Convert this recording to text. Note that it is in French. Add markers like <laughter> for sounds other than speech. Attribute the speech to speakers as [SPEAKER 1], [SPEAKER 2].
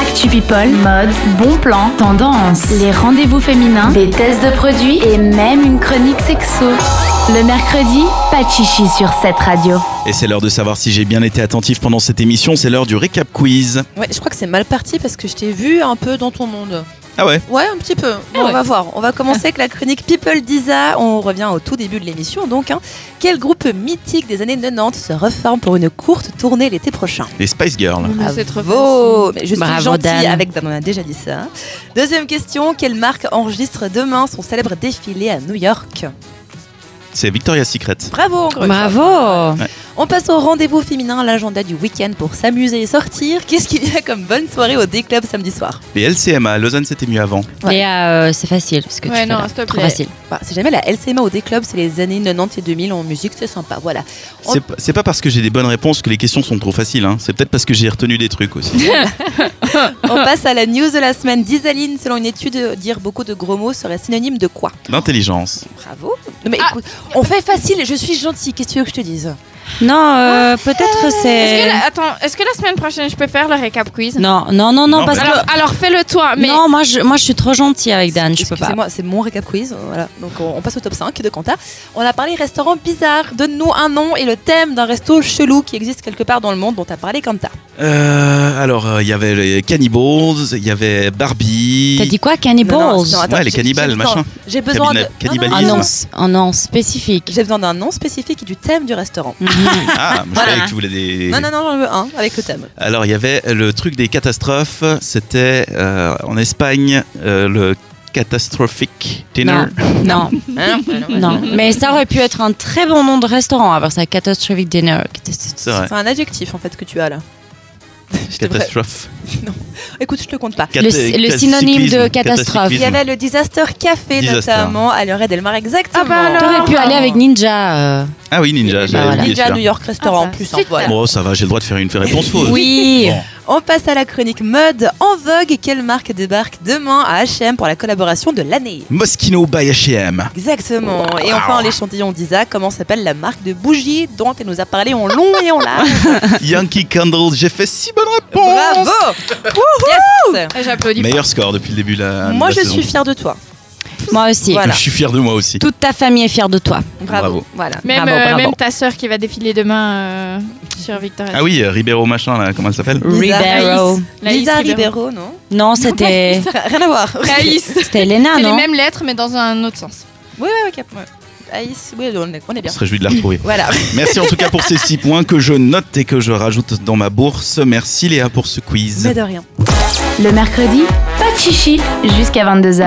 [SPEAKER 1] Actu People, mode, bon plan, tendance, les rendez-vous féminins, des tests de produits et même une chronique sexo. Le mercredi, pas de chichi sur cette radio.
[SPEAKER 2] Et c'est l'heure de savoir si j'ai bien été attentif pendant cette émission, c'est l'heure du récap quiz.
[SPEAKER 3] Ouais, je crois que c'est mal parti parce que je t'ai vu un peu dans ton monde.
[SPEAKER 2] Ah ouais
[SPEAKER 3] Ouais, un petit peu. Bon,
[SPEAKER 4] Ah
[SPEAKER 3] On
[SPEAKER 4] ouais.
[SPEAKER 3] va voir. On va commencer avec la chronique People d'Isa. On revient au tout début de l'émission donc. hein. Quel groupe mythique des années 90 se reforme pour une courte tournée l'été prochain
[SPEAKER 2] Les Spice
[SPEAKER 3] Mm.
[SPEAKER 2] Girls.
[SPEAKER 4] Mais c'est trop
[SPEAKER 3] Bravo Mais Je suis
[SPEAKER 4] Bravo,
[SPEAKER 3] gentille
[SPEAKER 4] Dan.
[SPEAKER 3] avec Dan, on a déjà dit ça. Deuxième question, quelle marque enregistre demain son célèbre défilé à New York
[SPEAKER 2] C'est Victoria's Secret.
[SPEAKER 3] Bravo encore une fois.
[SPEAKER 4] Bravo
[SPEAKER 3] On passe au rendez-vous féminin, l'agenda du week-end pour s'amuser et sortir. Qu'est-ce qu'il y a comme bonne soirée au D-Club samedi soir
[SPEAKER 2] Les LCMA, Lausanne c'était mieux avant.
[SPEAKER 3] Ouais.
[SPEAKER 4] Et euh, c'est facile parce que
[SPEAKER 5] Ouais,
[SPEAKER 4] tu
[SPEAKER 5] non,
[SPEAKER 4] fais là.
[SPEAKER 5] s'il te
[SPEAKER 4] Trop
[SPEAKER 5] plaît.
[SPEAKER 4] facile.
[SPEAKER 3] Bah, C'est jamais la LCMA au D-Club, c'est les années 90 et 2000 en musique, c'est sympa, voilà. On-
[SPEAKER 2] C'est p- C'est pas parce que j'ai des bonnes réponses que les questions sont trop faciles, hein. c'est peut-être parce que j'ai retenu des trucs
[SPEAKER 3] <laughs>
[SPEAKER 2] aussi.
[SPEAKER 4] <laughs>
[SPEAKER 3] On passe à la news de la semaine. Disaline, selon une étude, euh, dire beaucoup de gros mots serait synonyme de quoi
[SPEAKER 2] L'intelligence.
[SPEAKER 3] Bravo Non mais
[SPEAKER 4] Ah.
[SPEAKER 3] écoute, on fait facile, je suis gentille, qu'est-ce que tu veux que je te dise
[SPEAKER 4] Non, euh, peut-être
[SPEAKER 5] Ah, Est-ce que
[SPEAKER 4] c'est.
[SPEAKER 5] la- attends, est-ce que la semaine prochaine je peux faire le récap quiz
[SPEAKER 4] Euh, Non, non, non, non,
[SPEAKER 2] Non,
[SPEAKER 4] parce que.
[SPEAKER 5] Alors, alors fais-le toi, mais
[SPEAKER 4] Non, moi je, moi je suis trop gentille avec Dan, je peux pas.
[SPEAKER 3] Excusez-moi, c'est mon récap quiz. Voilà. Donc on, on passe au top 5 de Quanta. On a parlé restaurant bizarre. Donne-nous un nom et le thème d'un resto chelou qui existe quelque part dans le monde dont t'as parlé Quanta.
[SPEAKER 2] Euh, alors euh, il y avait les Cannibals, il y avait Barbie.
[SPEAKER 4] T'as dit quoi,
[SPEAKER 3] Non,
[SPEAKER 4] Cannibals
[SPEAKER 3] non, non, attends,
[SPEAKER 2] Ouais, les
[SPEAKER 3] j'ai-
[SPEAKER 2] cannibales,
[SPEAKER 3] j'ai-
[SPEAKER 2] machin.
[SPEAKER 3] J'ai besoin de
[SPEAKER 2] Cabinet-
[SPEAKER 3] non, non, non,
[SPEAKER 4] Un
[SPEAKER 2] cannibalisme.
[SPEAKER 3] non,
[SPEAKER 4] nom,
[SPEAKER 3] non.
[SPEAKER 4] un nom
[SPEAKER 5] <laughs>
[SPEAKER 4] spécifique.
[SPEAKER 3] J'ai besoin d'un nom spécifique et du thème du restaurant. <laughs>
[SPEAKER 2] Ah, je
[SPEAKER 3] Voilà.
[SPEAKER 2] croyais que tu voulais des.
[SPEAKER 3] Non, non, non, j'en veux un avec le thème.
[SPEAKER 2] Alors il y avait le truc des catastrophes, c'était euh, en Espagne euh, le catastrophic dinner.
[SPEAKER 4] Non, non, Hein
[SPEAKER 3] <laughs>
[SPEAKER 4] non. Mais ça aurait pu être un très bon nom de restaurant, avoir ça, Catastrophic Dinner.
[SPEAKER 2] C'est vrai.
[SPEAKER 3] C'est un adjectif en fait que tu as là. <laughs> Je devrais-
[SPEAKER 2] Catastrophe.
[SPEAKER 3] Écoute, je te compte pas.
[SPEAKER 2] Cat-
[SPEAKER 4] Le c- le
[SPEAKER 2] cat-
[SPEAKER 4] synonyme de
[SPEAKER 2] cyclisme,
[SPEAKER 4] catastrophe.
[SPEAKER 3] Il y
[SPEAKER 2] cataclysme.
[SPEAKER 3] avait le Disaster Café
[SPEAKER 2] Disaster.
[SPEAKER 3] notamment à l'heure Delmar exactement.
[SPEAKER 5] Ah bah alors.
[SPEAKER 4] T'aurais pu aller avec Ninja. euh.
[SPEAKER 2] Ah oui, Ninja, j'avais
[SPEAKER 4] voilà.
[SPEAKER 2] oublié celui-là.
[SPEAKER 3] Déjà Bah New York Restaurant
[SPEAKER 5] Ah,
[SPEAKER 3] en plus.
[SPEAKER 5] bah,
[SPEAKER 3] hein, voilà.
[SPEAKER 2] Bon, ça va, j'ai le droit de faire une réponse fausse.
[SPEAKER 4] Oui.
[SPEAKER 2] Bon.
[SPEAKER 3] On passe à la chronique mode en vogue. Quelle marque débarque demain à H&M pour la collaboration de l'année
[SPEAKER 2] Moschino by
[SPEAKER 3] <laughs>
[SPEAKER 2] H&M.
[SPEAKER 3] Exactement. Et enfin l'échantillon d'Isa. Comment s'appelle la marque de bougies dont elle nous a parlé en long et en large <laughs>
[SPEAKER 2] Yankee Candle, j'ai fait si bonne réponse.
[SPEAKER 3] Bravo Yes
[SPEAKER 5] j'applaudis.
[SPEAKER 2] Meilleur score depuis le début de la. de la
[SPEAKER 3] Moi je
[SPEAKER 2] saison.
[SPEAKER 3] suis fière de toi.
[SPEAKER 4] Moi aussi.
[SPEAKER 3] Voilà.
[SPEAKER 2] Je suis fier de moi aussi.
[SPEAKER 4] Toute ta famille est fière de toi.
[SPEAKER 3] Bravo.
[SPEAKER 2] Bravo.
[SPEAKER 3] Voilà.
[SPEAKER 5] pas. Même,
[SPEAKER 4] Bravo,
[SPEAKER 5] euh,
[SPEAKER 4] bravo.
[SPEAKER 5] même ta sœur qui va défiler demain euh, sur Victoria.
[SPEAKER 2] Ah oui, euh, Ribeiro machin là, comment elle s'appelle
[SPEAKER 3] Lisa.
[SPEAKER 4] Ribeiro.
[SPEAKER 5] Laïs
[SPEAKER 3] Lisa
[SPEAKER 5] Ribeiro.
[SPEAKER 3] Ribeiro, non
[SPEAKER 4] Non, c'était.
[SPEAKER 3] Rien à voir.
[SPEAKER 5] Laïs.
[SPEAKER 4] C'était Elena,
[SPEAKER 5] C'est les
[SPEAKER 4] Ah, non
[SPEAKER 5] mêmes lettres, mais dans un autre sens.
[SPEAKER 3] Oui, oui, ok. Aïs, oui, on est- on est
[SPEAKER 2] On
[SPEAKER 3] bien.
[SPEAKER 2] se réjouit de la retrouver.
[SPEAKER 3] Voilà.
[SPEAKER 2] Merci en tout cas pour ces six points que je note et que je rajoute dans ma bourse. Merci Léa pour ce quiz.
[SPEAKER 3] Mais de rien.
[SPEAKER 1] Le mercredi, pas de chichi jusqu'à 22h.